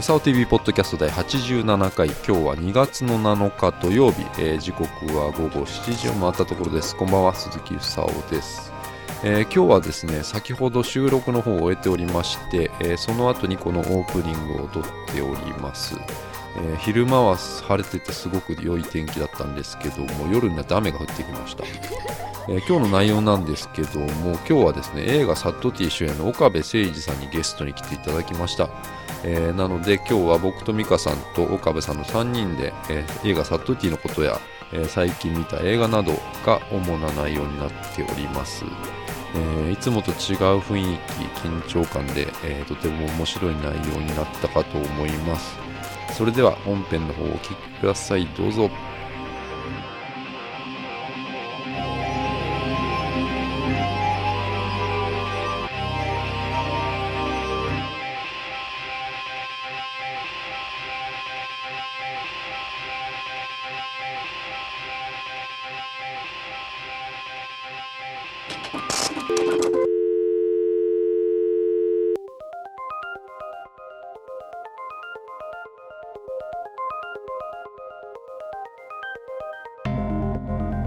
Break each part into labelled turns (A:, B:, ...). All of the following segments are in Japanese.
A: サオ TV ポッドキャスト第87回今日は2月の7日土曜日、えー時刻は午後7時を回ったところですこんばんは鈴木久夫です、えー今日はですね先ほど収録の方を終えておりまして、えーその後にこのオープニングを撮っております、えー昼間は晴れててすごく良い天気だったんですけども夜になって雨が降ってきましたえー今日の内容なんですけども今日はですね映画「サットティ」主演の岡部誠二さんにゲストに来ていただきました、えーなので今日は僕と美香さんと岡部さんの3人で、えー映画「サットティ」のことや、えー最近見た映画などが主な内容になっております、えーいつもと違う雰囲気緊張感で、えーとても面白い内容になったかと思いますそれでは本編の方をお聴きくださいどうぞ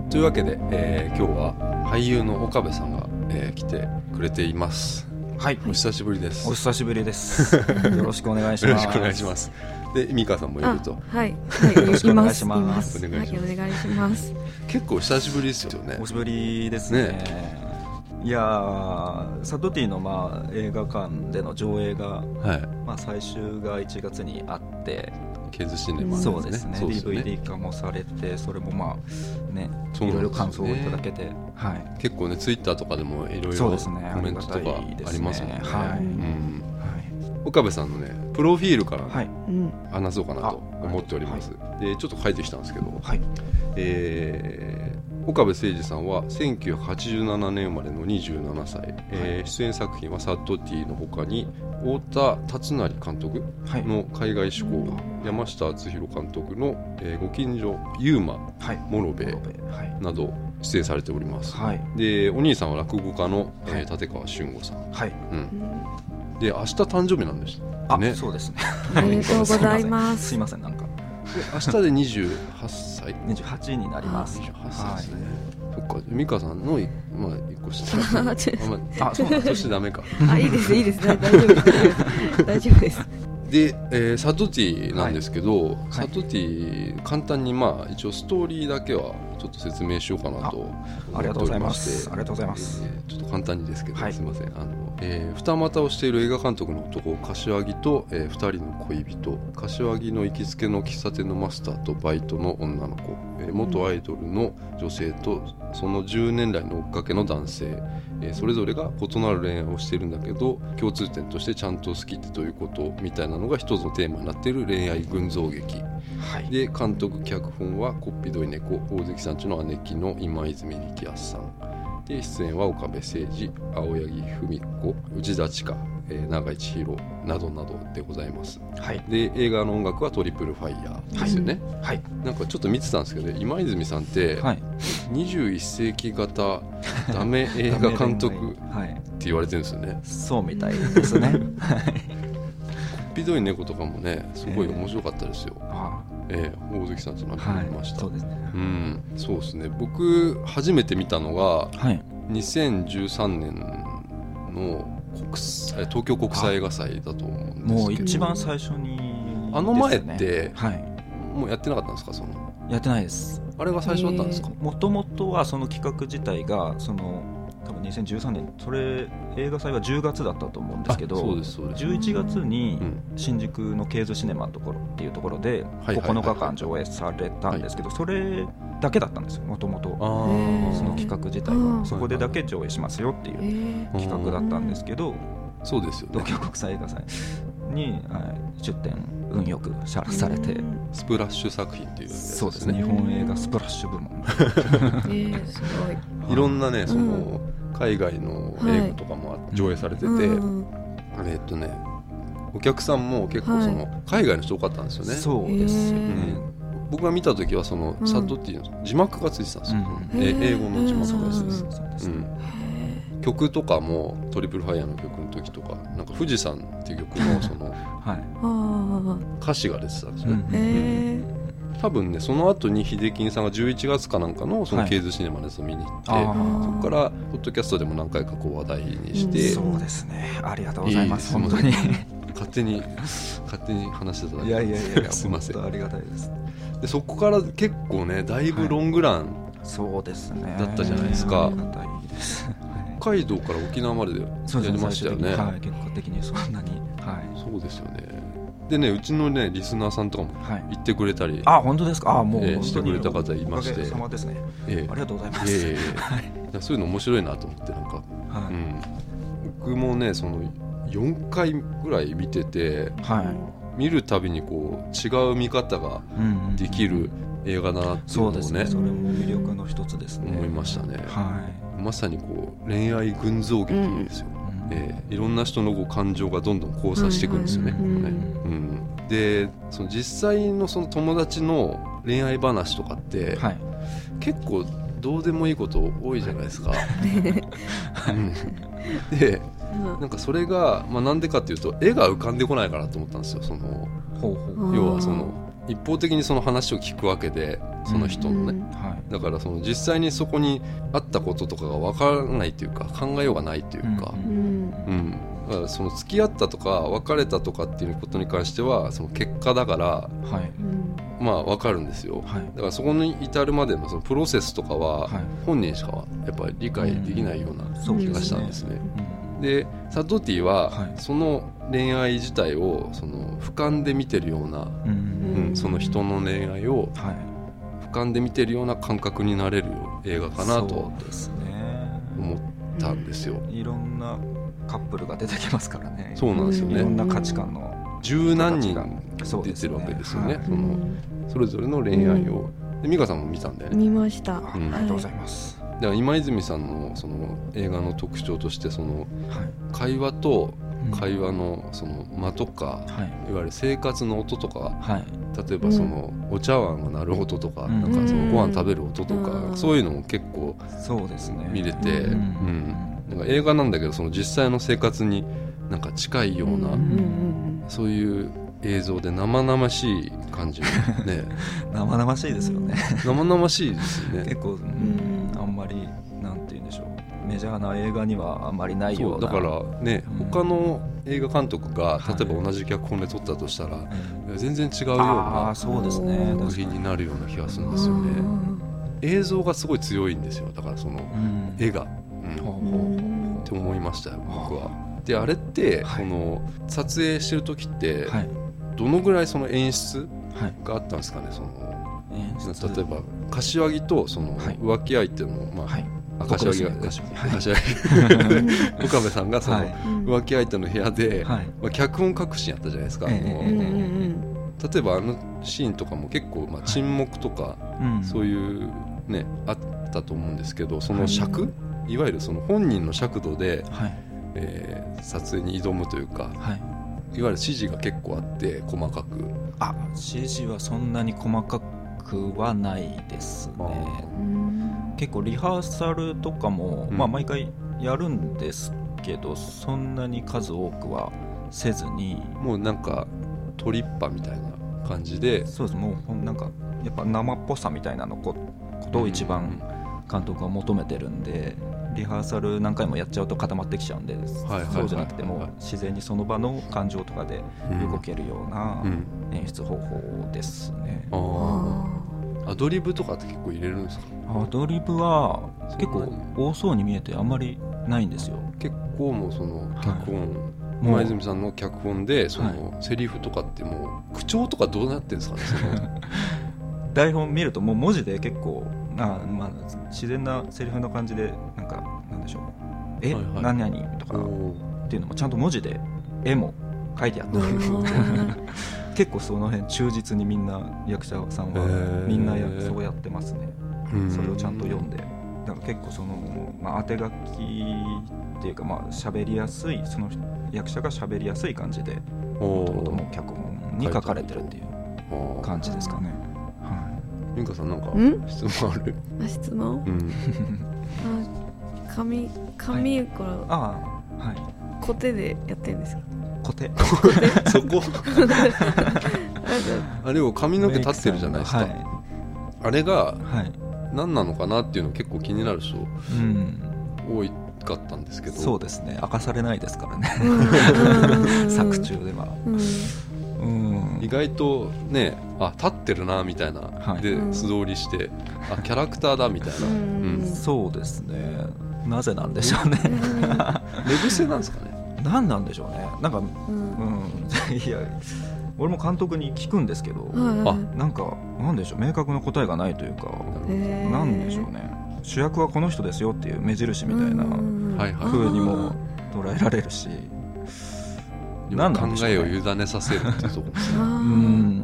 A: というわけで、えー今日は俳優の岡部さんが、えー来てくれています
B: はい、
A: お久しぶりです
B: お久しぶり です。よろしくお願いし
A: よろ
B: ます。
A: しくお願いしますで美香さんもい
C: あ
A: ると
C: はい、
B: よろしくお願いします
A: お願いします
C: はい、お願いします。
A: 結構久しぶりですよね
B: お久しぶりですね。いやー、サトティのまあ映画館での上映が
A: はい
B: まあ最終が1月にあって、
A: ケズシネマ
B: そうですね。
A: そうですよね
B: DVD 化もされて、それもまあね、
A: そう
B: い
A: な
B: ろ
A: んですよね
B: いろ感想をいただけて、はい、
A: 結構ねツイッターとかでもいろい
B: そう
A: ろ
B: ですね
A: コメントとかあ
B: ありがたいですね
A: りますもんねう
B: はい
A: ん
B: は
A: 岡部さんのねプロフィールから
B: い、はい、
C: うん、
A: 話そうかな
B: あ
A: と思っております、でちょっと書いてきたんですけど、
B: はい、
A: えー岡部誠二さんは1987年生まれの27歳、えー出演作品は「サットティ」の他に太田達成監督
B: はい、
A: の海外志向、山下敦弘監督の、えーご近所ユーマ
B: はい、
A: モロベ
B: はい、
A: など出演されております、
B: はい、
A: でお兄さんは落語家の、えー
B: はい
A: 立川俊吾さん、
B: はい、
A: うん、で明日誕生日なん です
B: あ、
A: ね
B: そうですね。
C: ありがとうございま す。
B: すいません、なんか
A: で明日で28歳
B: 28になります。
A: 28歳ですね、そっか美香さんのいまあ一個下
C: あちょ
A: あんまり
B: あそうなんだ
A: 年ダメか
C: あ、いいです、いいです、大大丈 夫です。大丈夫です。
A: で、えーサトティなんですけど、
B: い
A: サトティ簡単にまあ一応ストーリーだけはちょっと説明しようかなと思
B: あ
A: っ
B: りが
A: て
B: とう
A: お
B: ござ
A: り
B: い
A: ま
B: ま
A: し
B: す。
A: て
B: ありがとうございます。
A: えーちょっと簡単にですけど、
B: はい
A: すみませんあの、えー二股をしている映画監督の男柏木と、えー二人の恋人柏木の行きつけの喫茶店のマスターとバイトの女の子、えー元アイドルの女性とその10年来の追っかけの男性、えーそれぞれが異なる恋愛をしているんだけど共通点としてちゃんと好きってどういうことみたいなのが一つのテーマになっている恋愛群像劇
B: はい。
A: で監督脚本はこっぴどい猫大関さんちの姉貴の今泉力也さんで出演は岡部誠二青柳文子内田千佳、えー永井千尋などなどでございます
B: はい。
A: で映画の音楽はトリプルファイヤーですよね、
B: はい。
A: なんかちょっと見てたんですけど今泉さんって
B: はい。
A: 21世紀 型ダメ映画監督って
B: はい。
A: 言われてるんですよね
B: そうみたいですね。
A: こっぴどい猫とかもねすごい面白かったですよ、
B: あ
A: えー大関さんちの姉貴見ま
B: はい。
A: した、
B: そうですね。
A: うん、そうですね僕初めて見たのが
B: はい。
A: 2013年の国際え東京国際映画祭だと思うんですけど
B: もう一番最初に。
A: あの前っ
B: ですね
A: て
B: は
A: もうやってなかったんですかその
B: い。やってないです。
A: あれが最初だったんですか、
B: もともとはその企画自体が、その。多分2013年、それ映画祭は10月だったと思うんですけ
A: あそう
B: ど。
A: ですそうです、
B: 11月に
A: うん
B: 新宿のケーズシネマのところっていうところで
A: はいはい
B: 9日間上映されたんですけどそれだけだったんですよもともと
A: あー
B: その企画自体
C: う
B: は
C: ん
B: そこでだけ上映しますよってい
C: え
B: う
C: ー、
B: 企画だったんですけど
A: そうですよね
B: 東京国際映画祭にはい出展運よくさされて
C: うん
A: スプラッシュ作品っていうやつ
B: そうですね日本映画スプラッシュ部門
C: えー、す ごい。
A: いろんなねその、海外の映画とかも上映されてて、
C: うん
A: えっとねお客さんも結構その、海外の人多かったんですよね
B: そうですよ
C: へ
B: ね
A: ー僕が見た時はその、
C: うん
A: サットっていうの字幕がついてたんですよ、
B: うん
A: え
C: へー
A: 英語の字幕
B: そう
A: が
B: で
A: つい
B: す
A: て
B: ね
A: た
C: うん
A: うん
C: へー
A: 今曲とかもトリプルファイヤーの曲の時とかなんか富士山っていう曲のその
B: はい
C: あ
A: 歌詞が出てたんですよ、
B: うん
C: あへえ
A: 多分ねその後に秀樹さんが11月かなんかのその
B: はい
A: ケイズシネマでその見に行って、
B: あ
C: ー
A: そこからポッドキャストでも何回かこう話題にし
C: で
A: て、
C: うん
B: そうですねありがとうございます
A: いい
B: 本当に
A: 勝手に勝手に話してただけ
B: いやいやい や
A: すいません
B: 本当ありがたいです
A: でそこから結構ねだいぶロングラン、
B: そうですね
A: だった
C: じゃないですか
B: ありがたいですはい
A: 北海道から沖縄まで
B: そうで
A: や
B: す
A: り
B: ね
A: ましたよ
B: 最
A: ね
B: 終的にはい結果的にそんなには
A: そうですよねでねうちのねリスナーさんとかも
B: いはい
A: 言ってくれたり、
B: あ本当ですかあもう
A: ええ
B: 本当に
A: してくれた方いまして
B: おかげさまですね
A: ええ
B: ありがとうございま
A: い
B: す
A: やいやいや だからそういうの面白いなと思ってなんか、
B: は
A: う
B: い
A: ん、僕もねその4回ぐらい見てて
B: は
A: 見るたびにこう違う見方が
B: いうんうん
A: できる映画だなっていうの
B: そ
A: を
B: うです
A: ね
B: ねそれも魅力の一つですね
A: 思いましたね、
B: は
A: まさにこう恋愛群像劇ですよ、
B: い
A: ええいろんな人のこう感情がどんどん交差していくんですよね。
C: はいはいはい
A: ねうん、でその実際のその友達の恋愛話とかって、
B: はい
A: 結構どうでもいいこと多いじゃないですか。 うんでなんかそれが、まあ、なんでかっていうと絵が浮かんでこないかなと思ったんですよその
B: ほうほう
C: うん
A: 要はその一方的にその話を聞くわけでその人のね、
B: はい
A: だからその実際にそこにあったこととかが分からないというか考えようがないというか、
C: うんうん
A: うんだからその付き合ったとか別れたとかっていうことに関してはその結果だから
B: はい
C: うん
A: まあ分かるんですよ
B: はい
A: だからそこに至るまでのそのプロセスとかは
B: はい
A: 本人しかやっぱり理解できないような
B: そう
A: 気
B: で
A: がし
B: す
A: た
B: ね
A: んですね。
B: うん
A: でサトティ
B: は
A: はいその恋愛自体をその俯瞰で見てるような、
B: うん
A: う
C: うん
A: ん、その人の恋愛を
B: はい
A: 俯瞰で見てるような感覚になれる映画かなと
B: そうですね
A: 思ったんですよ。
B: いろんなカップルが出てきますからね
A: そうなんですよ
B: いろん
A: ね
B: な価値観の
A: 十何人
B: そう
A: 出
B: です
A: て
B: ね
A: るわけですよね
B: はい
A: そのそれぞれの恋愛を。で美香さんも見たんだよね。
C: 見ました
B: あ
A: う
B: あ
A: ん
B: りがとうございます
A: だから今泉さんのその映画の特徴としてその
B: はい
A: 会話と
B: うん
A: 会話のその間とか
B: はい
A: いわゆる生活の音とか
B: はい
A: 例えばそのお茶碗が鳴る音とか,、
B: うん
A: なんかその
C: うん
A: ご飯食べる音とか、
C: うん
A: そういうのも結構
B: そうですね
A: 見れて、
B: う
A: うんんなんか映画なんだけどその実際の生活になんか近いような、
C: うんうん
A: そういう映像で生々しい感 じのね
B: 生々しいですよね
A: 生々しいですよね
B: 結構、うん、あんまりなんて言うんでしょうメジャーな映画にはあんまりない
A: そ
B: よう
A: う
B: な
A: だからね、
B: うん
A: 他の映画監督が
B: はい
A: 例えば同じ脚本で撮ったとしたら、
B: うん
A: 全然違うよう
B: ああ
A: な
B: そうですね
A: 作
B: 確か
A: 品に
B: に、
A: なるような気がするん
C: うん
A: ですよね。映像がすごい強いんですよだからその
B: うん
A: 絵が。うん
B: ほうほう
C: うん
A: って思いましたよ僕は。であれって、
B: はい
A: この撮影してる時って、
B: はい
A: どのぐらいその演出
B: はい
A: があったんですかねその
B: 演出
A: 例えば柏木とその
B: はい
A: 浮気相手の、まあ
B: はい
A: あ柏木が、
B: 僕ですね
A: え柏木岡部さんが その、
B: はい
A: 浮気相手の部屋で、
B: はい
A: まあ、脚本書くシーンあったじゃないですか、
B: ええ
A: あの
C: うんうん
A: 例えばあのシーンとかも結構、まあ、
B: はい
A: 沈黙とか、
B: うん
A: そういうねあったと思うんですけどその尺、いわゆるその本人の尺度で、
B: はい
A: えー撮影に挑むというか
B: はい
A: いわゆる指示が結構あって細かく、
B: あ CG はそんなに細かくはないですね
C: うんうん
B: 結構リハーサルとかも、
A: うん
B: まあ毎回やるんですけどそんなに数多くはせずに
A: もうなんかトリッパみたいな感じで
B: そうですもうほんなんかやっぱ生っぽさみたいなのこことを一番監督は求めてるんでリハーサル何回もやっちゃうと固まってきちゃうんで
A: はいはい
B: そうじゃなくてもう自然にその場の感情とかで
A: うん
B: 動けるような
A: うん
B: 演出方法ですね。
A: あ
C: あ
A: ーアドリブとかって結構入れるんですか
B: アドリブは結構多そうに見えてあんまりないんですよ。
A: 結構もうその
B: い
A: 脚本、
B: もう
A: 前泉さんの脚本でそのセリフとかってもう口調とかどうなってるんですかねそ の
B: 台本見るともう文字で結構な、まあ、自然なセリフの感じでなんかなんでしょう「え、
A: はいはい
B: 何々」とかっていうのもちゃんと文字で絵も書いてあっ
C: ー
B: た
C: あ
B: り
C: ー
B: 結構その辺忠実にみんな役者さ
A: へ
B: んは
A: ー
B: みんなやそうやってますね
A: うん
B: それをちゃんと読んでだから結構その、まあ、当て書きっていうかまあ喋りやすいその役者が喋りやすい感じで
A: お
B: も
A: ー
B: ともともう脚本に書かれてるっていう
A: あー
B: 感じですかね。はい
A: 美香さんなんか
C: ん
A: 質問ある、
C: あ質問
A: うん
C: あ紙紙から
B: ああはい
C: コテでやってるんですか
B: コテ
A: そこ
C: なんか
A: あれを髪の毛立ってるじゃないですか、
B: はい
A: あれが
B: はい
A: 何なのかなっていうの結構気になる人
B: うん
A: 多いかったんですけど
B: そうですね明かされないですからね
C: うん
B: 作中では
C: うん
B: うん
A: 意外とねあ立ってるなみたいな、
B: はい
A: で
C: うん
A: 素通りしてあキャラクターだみたいな
C: う
A: 寝
C: ん
B: そうですねなぜなんでしょうね
A: 癖なんですかね
B: 何なんでしょうねなんか
C: うん
B: うん
C: うん
B: いや俺も監督に聞くんですけど、
C: はいはい
B: なんかなんでしょう明確な答えがないというか
C: へー
B: なんでしょうね主役はこの人ですよっていう目印みたいな
C: うん
A: はいはい
B: 風にも捉えられるし何なんでし
A: 考
B: ょうね
A: えを委ねさせるっていうところですね、
C: あー
B: うん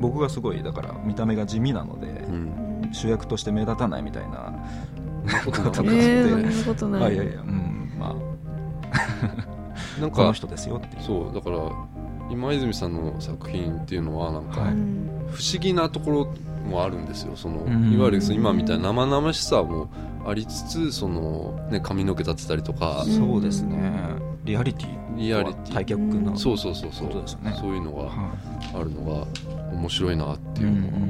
B: 僕がすごいだから見た目が地味なので、
A: うん、
B: 主役として目立たないみたいな
A: そんなこと
C: え
A: な
B: え
A: かっ
B: なん
C: ーそなこと
B: あ
C: ない
B: いや
C: い
B: いやうんまあ
A: た なん
B: この
A: か
B: 人ですよっていう
A: そうだから今泉さんの作品っていうのはなんか、
B: は
C: う
B: い
C: ん
A: 不思議なところもあるんですよその
B: うん
A: いわゆるその今みたいな生々しさもありつつその、ね、髪の毛立てたりとか
C: ん
B: そうですねリアリティ
A: リアリテ
B: 対
A: ィ
B: 逆な
A: そうそうそうそう
B: ことですよね
A: そういうのが
B: は
A: あるのが面白いなっ
B: い
A: ていうの
B: うん
A: は
B: うん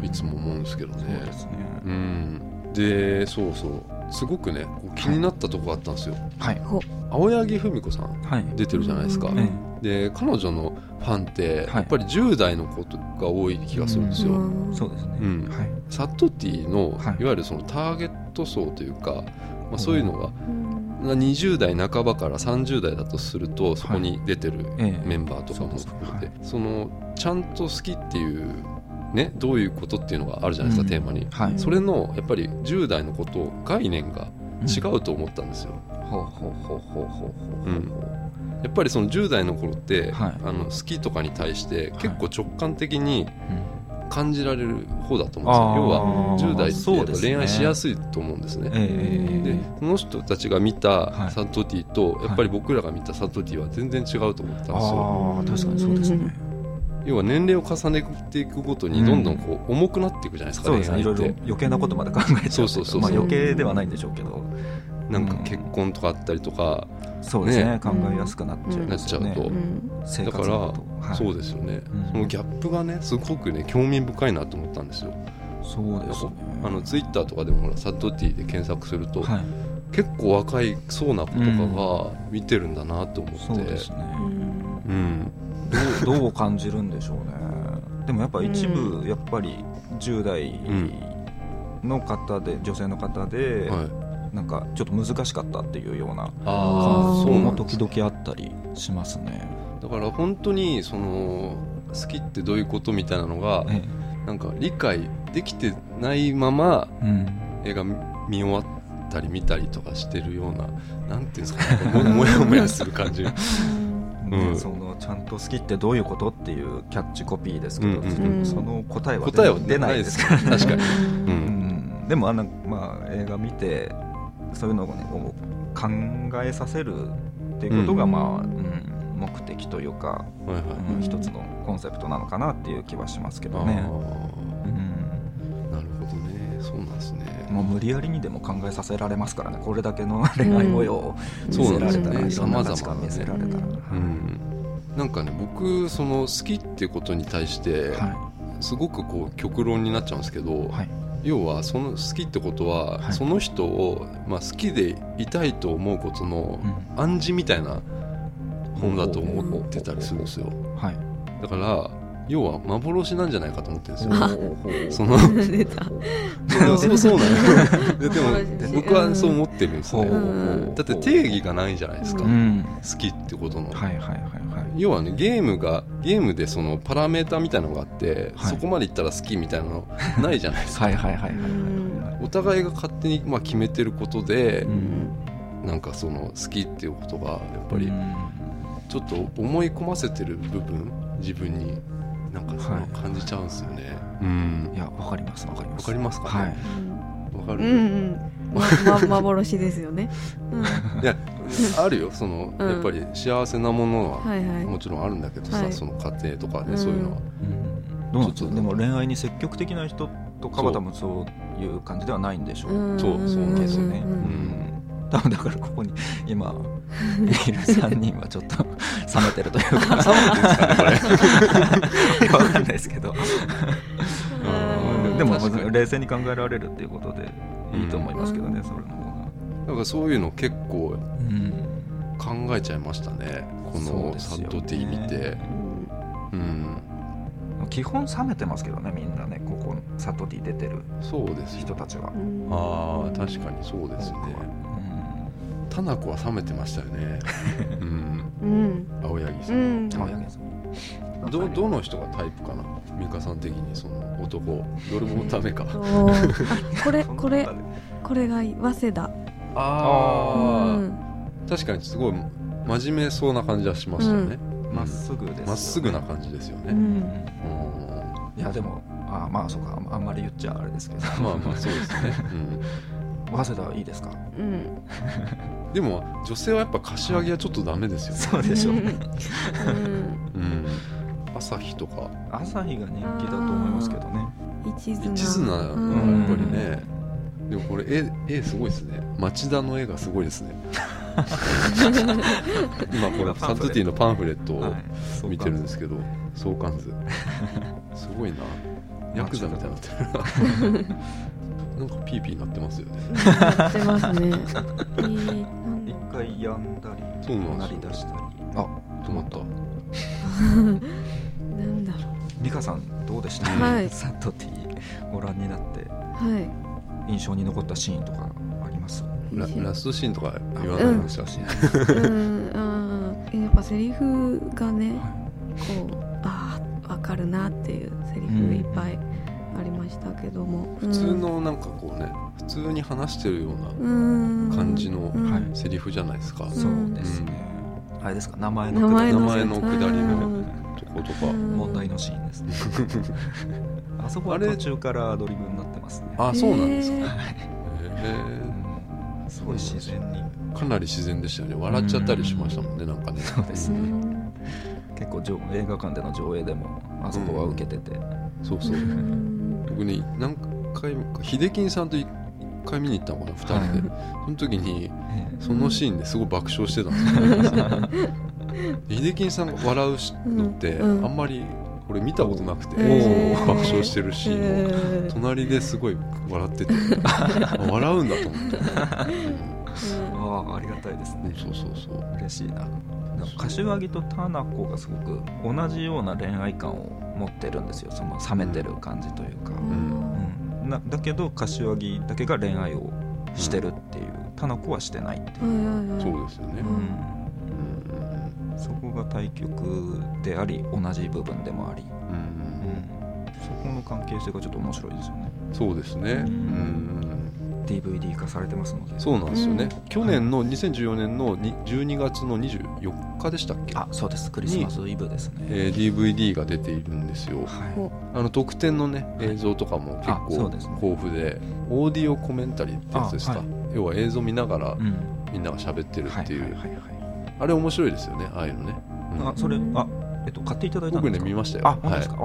B: うん
A: いつも思うんですけど
B: そうで
A: ね。
B: すね
A: うん、でそうそうすごくねこう気になったとこがあったんですよ。
B: はい
A: 青柳文子さん
B: はい
A: 出てるじゃないですか。
C: うん
B: え
A: で彼女のファンって
B: はい
A: やっぱり10代の子が多い気がするんですよ。
C: うん
B: えそうですね
A: うん
B: はい
A: サットティの
B: はい
A: いわゆるそのターゲット層というか、まあ、そういうのが
C: うん
A: 20代半ばから30代だとするとそこに出てる
B: ええ
A: メンバーとかも
B: そう
A: 含
B: です
A: めて、そのちゃんと好きっていう、ね、どういうことっていうのがあるじゃないですか、
B: うん
A: テーマに。
B: はい
A: それのやっぱり10代のこと概念が違
B: うん
A: うと思ったんですよ。
B: ほうほうほうほうほうほう
A: うんやっぱりその10代の頃って、
B: はい
A: あの好きとかに対して結構直感的に
B: うん
A: 感じられる方だと
B: あー
A: 思うんですよ。要は10代ってや
B: そ
A: っ
B: う
A: ぱ
B: ですね
A: 恋愛しやすいと思うんですね。
B: ええ
A: でその人たちが見
B: は
A: た
B: い
A: サットティとやっぱり僕らが見たサットティは全然違うと思ったんですよ。
B: ああ確かにそうですね
A: 要は年齢を重ねていくごと
B: う
A: に
B: ん
A: どんどんこう重くなっていくじゃないですか、
B: そうですねいろい
A: っ
B: ろ
A: て
B: 余計なことまで考えちゃって
A: そうそうそう
B: まあ余計ではないんでしょうけど
A: なんか結婚とかあったりとか、
B: そうですね
A: ね
B: 考えやすくなっちゃいますよね
A: なっちゃうと
C: うん
B: 生
A: だか
B: 活
A: ら、
B: のことはい
A: そうですよね、
B: うん
A: そのギャップがねすごくね興味深いなと思ったんですよ。
B: そうですね
A: あのツイッターとかでもほらサットティで検索すると、
B: はい
A: 結構若いそうな子とかが見てるんだなと思って。
B: そうですね
C: うん
A: うん
B: どうどう 感じるんでしょうねでもやっぱ一部やっぱり10代の方で女性の方で
A: はい、
B: なんかちょっと難しかったっていうような
A: あ
C: ー
A: あ
B: 感
A: そ
B: 想
A: うな
B: も
A: んです
B: 時々あったりしますね
A: だから本当にその好きってどういうことみたいなのが
B: え
A: なんか理解できてないまま
B: えうん
A: 映画見終わったり見たりとかしてるようななんていうんですかねもも やもやする感じ
B: ね
A: うん
B: そのちゃんと好きってどういうことっていうキャッチコピーですけど、
A: うんうん
C: うん
B: その答えは
A: 答えは
B: 出ないですから、ね、
A: 確か に、う
B: うんんでもあの、まあ、映画見てそういうのを、ね、こう考えさせるっていうことが、
C: うん
B: まあうん目的というか、
A: はいは
B: うん一つのコンセプトなのかなっていう気はしますけど
A: い、
B: ね、う
A: ああ
B: ん、
A: なるほどねそうなんですね
B: もう無理やりにでも考えさせられますからねこれだけの 恋愛模様を見
A: そう
B: せ
A: なん
B: ら
A: で
B: れ
A: す
B: た
A: よね
B: ら、いろんな価
A: 様々
B: 値
A: な
B: 観
A: ね
B: 見せられたら、
A: うんなんかね僕その好きってことに対して
B: は
A: すごくこう極論になっちゃうんですけど、
B: い、はい
A: 要はその好きってことは、
B: はい
A: その人を、まあ、好きでいたいと思うことの
B: うん
A: 暗示みたいな本だと思ってたりするんですよ
B: はい
A: だから要は幻なんじゃないかと思ってるんですよそ の
C: 出た
A: そうそうなのでで
C: 幻
A: も僕はそう思ってるんですね
C: ほう
A: だって定義がないじゃないですか、
C: う
B: うん、
A: 好きってことの、
B: はいはいはいはい
A: 要はねゲームがゲームでそのパラメータみたいなのがあって、
B: はい
A: そこまでいったら好きみたいなのないじゃないですか
B: はいはいはいはいはいはい
A: お互いが勝手に、まあ、決めてることで、
B: う
C: うんん
A: なんかその好きっていうことがやっ
B: や
A: ぱりちょっと思い込ませてる部分自分になんかそ
B: は
A: の
B: い
A: 感じちゃうんですよね。うん
B: いやわかりますわかりま
A: わ
B: す
A: かりますか
B: は
A: ね
B: い
A: わ、か
C: うんう
A: る、
C: んまま幻ですよねうん
A: いやあるよその、
C: うん
A: やっぱり幸せなものは、
C: はいはい
A: もちろんあるんだけどさ、
C: はい
A: その家庭とかね、そういうのは。
B: どうなんです
A: ち
B: か
A: ょっと
B: でも恋愛に積極的な人っとかは多分そういう感じではないんでしょう、
C: ん
A: そうそうなんですよ
B: ね
C: うん
A: うん
B: 多分だからここに今いる3人はちょっと冷めてるというか
A: サボってんですかねこれ
B: 分かんないですけど
A: うん
B: でも
A: 確かに
B: 冷静に考えられるっていうことでいいと思いますけどね、それの方が。
A: だからそういうの結構
B: うん
A: 考えちゃいましたねこ
B: そう
A: の「
B: で
A: サ
B: すよ
A: ッ
B: ね
A: ドティー」見てうん
B: 基本冷めてますけどねみんなねここサトディ出てる
A: そうです
B: 人たちは、
C: うん
A: ああ確かにそうですね
B: うん
A: 田中は冷めてましたよねうん
C: うん
A: 青柳さ
C: うんん
B: 青柳さん
A: どどの人がタイプかな美香さん的にその男どれもダメか
C: とあこれこれこれがいい早稲田
A: あー
C: うん
A: 確かにすごい真面目そうな感じはしましたよね
B: まっすぐですよね
A: まっすぐな感じですよ
C: う
A: ね
C: ん
A: うん
B: いやでもあまあそうかあんまり言っちゃあれですけど
A: まあまあそうですね、
B: あ早稲田いいですか
C: うん
A: うん、でも女性はやっぱ柏木はちょっとダメですよね、
B: そうでしょうね
C: うん
A: うん、朝日とか
B: 朝日が人気だと思いますけどね
C: 一途な
A: 一途なの
C: う
A: が
C: ん
A: やっぱりね、でもこれ絵絵すごいですね町田の絵がすごいですね今これサン
B: 今パンフレット
A: トティのパンフレット
B: は
A: を
B: いそう
A: 見てるんですけど相関図すごい なヤクザみたいになってるななんかピーピーなってますよね
C: やってますねえーなん
B: 一回やんだり
A: そうなんで
B: 鳴
A: す
B: り
A: よ
B: 出したりあ
A: 止まった
C: なんだろ
B: 美香さんどうでした、
C: はい
B: サットティご覧になって
C: うはい
B: 印象に残ったシーンとかあります
A: ララストシーンとか言わ
C: う
A: ない
C: ん
A: でしょうし、
C: うんあーやっぱセリフがねこうああ分かるなっていうセリフいっぱいありましたけども
A: 普通のなんかこうね普通に話してるような感
C: 感
A: じの
B: はい
A: セリフじゃないですか、
C: ん
B: そうですね、あれですか名前の
C: 名前
A: 名
C: の
A: 前のくだり
C: う
A: の
C: ん
A: とことか、
B: 問題のシー ンですねあそこは
A: あれ
B: 途中からアドリブになってますね
A: あそうなんですか、
C: か
B: う
A: へ
B: んすごい自然に
A: えかなり自然でしたよね笑っちゃったりしましたもんね、なんかね
B: そうですね
C: ん
B: 結構上映画館での上映でもあそこは受けてて、
A: そうそう僕ね何回もか秀樹さんと一回見に行ったのかな2人で、その時にそのシーンですごい爆笑してたん ですよ秀樹さんが笑うしのって、
C: うんうん
A: あんまり俺見たことなくて、
C: へー
A: 爆笑してるシーンを。隣ですごい笑っ ててあ笑うんだと思って、
B: ああありがたいです
A: うんう
B: ね
A: ん、そうそうそう
B: 嬉しいななんか柏木と田名子がすごく同じような恋愛観を持ってるんですよその冷めてる感じというか、うんなだけど柏木だけが恋愛をしてるっていう、田名子はしてないっていう、
A: そうですよね、
C: うん
A: うん
B: そこが対局であり同じ部分でもあり、
A: うんうん
B: そこの関係性がちょっと面白いですよね
A: そうですね、うん、
B: DVD 化されてますので
A: そうなんですよね、
C: う
A: 去年の2014年のに12月の24日でしたっけ、
B: あそうですクリスマスイブですね、
A: えー DVD が出ているんですよ
B: はい
A: あの特典のね映像とかも結
B: あそうですね
A: 構豊富でオーディオコメンタリーってやつですか、
B: あはい
A: 要は映像見ながら
B: うん、
A: みんなが喋ってるっていう、
B: はいはいはいはい
A: あれ面白いですよねああいうのね、うん
B: あそれあえっと買っていただいたん
A: 僕
B: です
A: ね
B: か
A: 見ましたよ
B: あ本当ですか、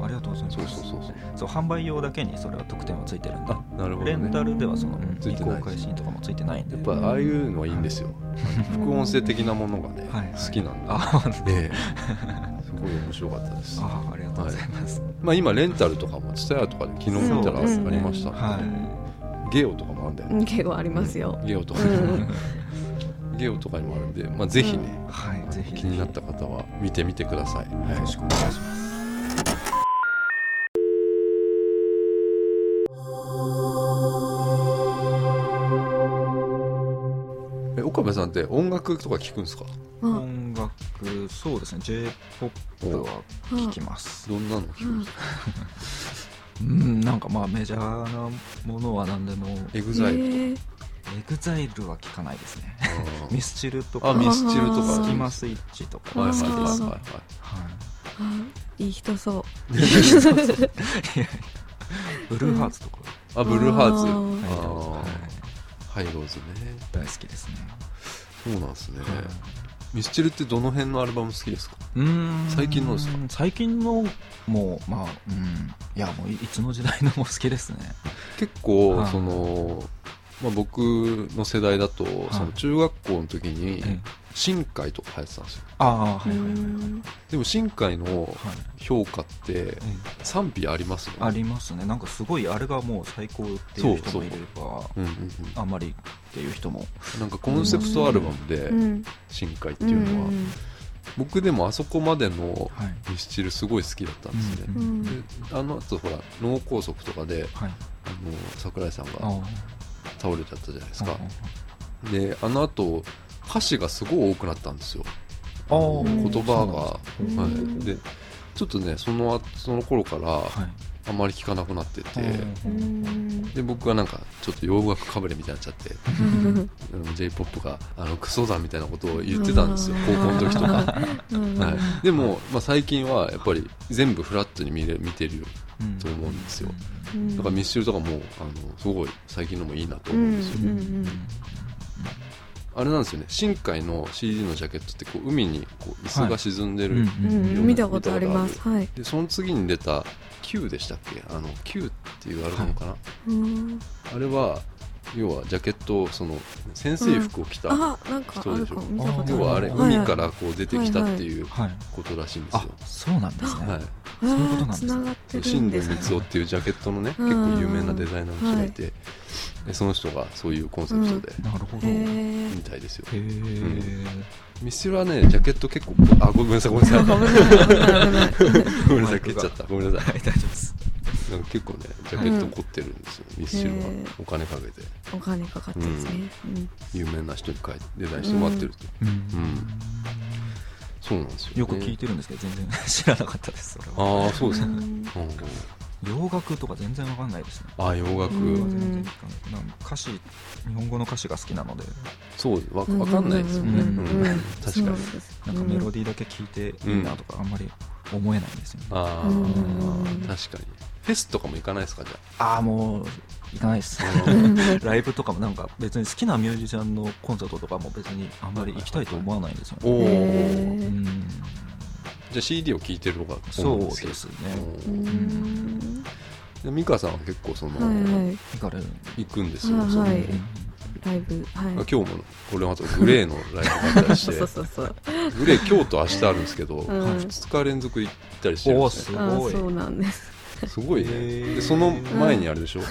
B: あありがとうございます
A: そうそうそうそう
B: そう販売用だけにそれは特典はついてるんで
A: あなるほ
B: レ
A: ど
B: ン
A: ね
B: タルではその、うん
A: つい
B: 未
A: てない
B: 公開シーンとかもついてないんで
A: やっぱああいうのはいいんですよ副音声的なものがね
B: はいはい
A: 好き なんで
B: あ本当
A: ええすごい面白かったです
B: あありがとうございます、
A: まあ今レンタルとかも TSUTAYA とかで昨日見たらあ
C: そうですね
A: りました
B: はい、
A: ゲオとかもあるんだよね
C: 結構ありますよ
A: ゲオとかゲオとかにもあるんでまあぜひね
B: はい、ぜひ
A: 気になった方は見てみてくださいはい
B: よろしくお願いします。
A: え岡部さんって音楽とか聞くんですか
C: まあ
B: 音楽、そうですね、J-POP は聴きます。
A: どんなの聞くんですか
B: うん、なんかまあメジャーなものは何でも、
A: エグ
C: え
A: ザイル
C: ー
B: エグザイルは聴かないですね。ミスチルと
A: あ
B: か、
A: ミスチルとか
C: あー
B: スキマ
A: は
B: スイッチと
A: い
B: か
A: はい
B: は
A: はい
B: 好き
A: はい
B: です。
A: はい
C: あいい人そう
B: はいブルーハーツとか、
A: あブルーハーツ
B: はい
C: あー
A: あ
B: はい
A: ーハイローズね
B: 大好きですね。
A: そうなんですねミスチルってどの辺のアルバム好きですか
B: ううん
A: 最近のですか
B: 最近のもうまあうんいやもういつの時代のも好きですね
A: 結構、
B: はい
A: その、まあ、僕の世代だと、その中学校の時に
B: ええ
A: 新海とか流行ってたんですよ
B: ああー
C: う
B: はいはいはい
C: ん
A: でも新海の
B: はい
A: 評価って
B: え
A: 賛否ありますよ
B: えありますねなんかすごいあれがもう最高っていう人もいれば
A: うんうんうん、
B: あんまりっていう人も
A: なんかコンセプトアルバムで
C: うん
A: 新海っていうのは、僕でもあそこまでの
B: はい
A: ミスチルすごい好きだったんですね
B: う
C: う、ん
A: であのあとほら脳梗塞とかで
B: はい
A: あの桜井さん
B: あ
A: が
B: ー
A: 倒れちゃったじゃないですか
B: あー
A: であのあと歌詞がすごい多くなったんですよ
B: あ
A: の
B: ー
A: 言葉
B: そう
A: が、は
C: なんですね
A: い、でちょっとねその後その頃から
B: はい
A: あんまり聞かなくなってて、
C: うん
A: で僕はなんかちょっと洋楽かぶれみたいになっちゃってあの J−POP があのクソだみたいなことを言ってたんですよ
C: あ
A: 高
C: ー
A: 校の時とか、
C: うん
A: はい、でも、まあ、最近はやっぱり全部フラットに見れ見てるよ
B: うん
A: と思うんですよ
C: うん
A: だからミスチルとかもあのすごい最近のもいいなと思うんですよ、
C: うんうん
A: あれなんですよね新海の CD のジャケットってこう海にこう椅子が沈んでる、
B: うん
C: う
B: うん
C: ん見たことありますはい
A: でその次に出た「Q」でしたっけあの「Q」っていうアルバムかな、
C: うん
A: あれは要はジャケットをその先生服を着た、
C: あなんかあるかも見たこと
A: 要はあれ
C: るはい
A: 海からこう出てきたっていう
B: はい
A: ことらしいんですよ、
B: あそうなんですね
A: はい
C: そう
B: いうことなんですね
C: がってるん
A: 新
C: で
A: 藤
C: す
A: 光雄っていうジャケットのね
C: うん
A: 結構有名なデザイナーの人がいて、でその人がそういうコンセプトで
B: なるほど
C: へ
B: へ
C: え
A: みたいですよ、
B: え
A: ミスチルはねジャケット結構あごめんなさいごめん なさい
C: 危ない危ない危ない
A: ごめんなさい切っちゃったごめんなさい
B: 大丈夫です
A: なんか結構ねジャケット凝ってるんですよ、ミスチルはお金かけて
C: お金かかってですねうん
A: 有名な人に書いてデザインしてもらってると、んそうなんですよ、ね、
B: よく聞いてるんですけど全然知らなかったですそれは
A: ああそうですね、
C: うん
A: うん、
B: 洋楽とか全然わかんないですね
A: ああ洋楽、
C: うん
B: 全然聞かないなんか歌詞日本語の歌詞が好きなので
A: そうわわかんないですよね、
B: うん
A: うん
B: うん
A: 確か
C: そ
A: に
C: うなんです
B: なんかメロディーだけ聞いていいなとかあんまり思えないんですよね
A: ああ、
C: うん
A: 確かにフェスとかも行かないですかじゃ
B: ああもう行かないです
A: あ
B: ライブとかもなんか別に好きなミュージシャンのコンサートとかも別にあんまり行きたいと思わないんですよね
A: おお、
B: う
C: へー
B: ん
A: じゃあ CD を聴いてるのが
B: そう
A: 多いん
B: で
A: よ
B: すね
A: うん
C: うん
A: で美香さんは結構その、
C: はいはい
B: 行かれるん
A: 行くんですよ、
C: はい
A: その
C: はい
A: うん
C: ライブはい
A: 今日もこれまたグレーのライブがあったりし
C: そ
A: て
C: うそうそうそう
A: グレー今日と明日あるんですけど、
C: ん
A: 2日連続行ったりしてるんですね
C: あ
B: すごい
C: そうなんです
A: すごい
B: へ
A: ね
B: ー
A: でその前にあれでしょ、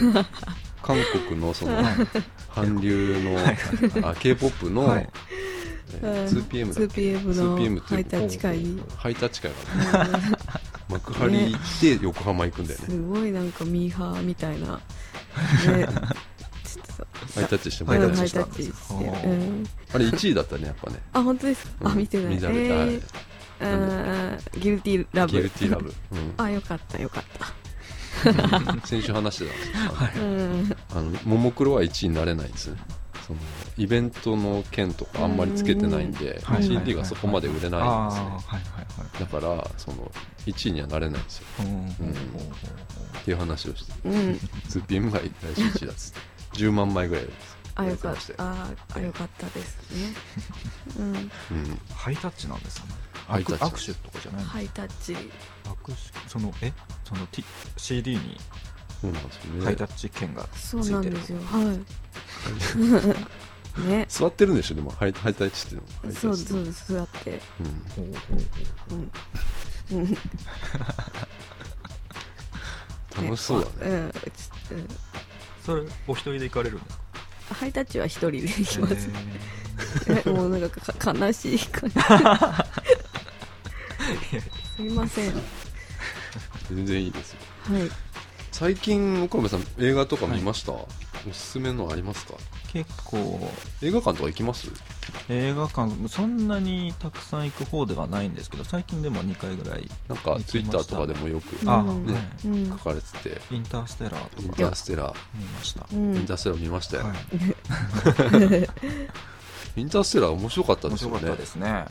A: 韓国のその韓流の、あ K−POP の、
B: はい
A: えー 2PM だっけ
C: 2PM の
A: 2PM って
C: ハイタッチ会に
A: ハイタッチ会がある幕張行って横浜行くんだよね
C: すごいなんかミーハーみたいな、ね、
A: ハ
C: ちょっと
A: イタッチしても
B: ハイ
A: ら
B: タ
A: っ
B: ッ
A: たり
B: チ
C: ハ
A: し
C: イタ
A: た
C: ッチして
B: あ
C: る、う
B: ー
C: ん、
A: あれ1位だったねやっぱね
C: あ本当ですか、
A: う
C: あ
A: ん
C: 見てない
A: 見られた、
C: え
A: はい
C: ーあーギルティーラブ
A: ギルティーラブ、う
C: あよかったよかった
A: ん、先週話してたんですけど、
C: うん
A: あのももクロは1位になれないんですねそのイベントの件とかあんまりつけてないんで
B: はい
A: CD がそこまで売れないんです
B: あ
A: ね
B: ーはいはい
A: だからその1位にはなれないんですよ
B: はいうん
A: うんっていう話をして
C: うん、
A: 2PM が来週1位だっつって10万枚ぐらいです
C: あよかっ
A: やてまして
C: たあーあよかったですね、うん、
A: うん
B: ハイタッチなんですかね
A: ハイタッチ
B: 握手とかじゃないの
C: ハイタッチ
B: 握手そのえその、T、CD に
A: そうなんですよね
B: ハイタッチ券がつ
C: そうないん
B: て
C: で
B: る
C: すよはい ね
A: 座ってるんでしょでもハイハイタッチっていうのハイタ
C: そう
A: ッチって
C: そう座って
A: うん
B: ほうほ
C: うんうん
A: 楽しそうだね
C: うんちょっ
B: それお一人で行かれるんですか
C: とハイタッチは一人で行きます、え もうなんかか悲しい感じすみませんは
A: 全然いいですよ
C: い
A: 最近岡部さん映画とか見ました、おすすめのありますか
B: 結構
A: 映画館とか行きます
B: 映画館そんなにたくさん行く方ではないんですけど最近でも2回ぐらい、
A: なんか
B: 行
A: ツイ
B: き
A: ッ
B: ました
A: ターとかでもよく
C: うん
A: 書
B: あ
C: うん
B: はい
C: うん
A: かれてて、
B: インターステラー
A: イ
B: と
A: ン
B: か
A: ターステラー、
B: 見ました、
C: う
A: イン
C: ん
A: ターステラー見ましたよ、
B: はい
A: インターステラー面白かったで
B: 面
A: すよ
B: 白か
A: ね
B: ったですね、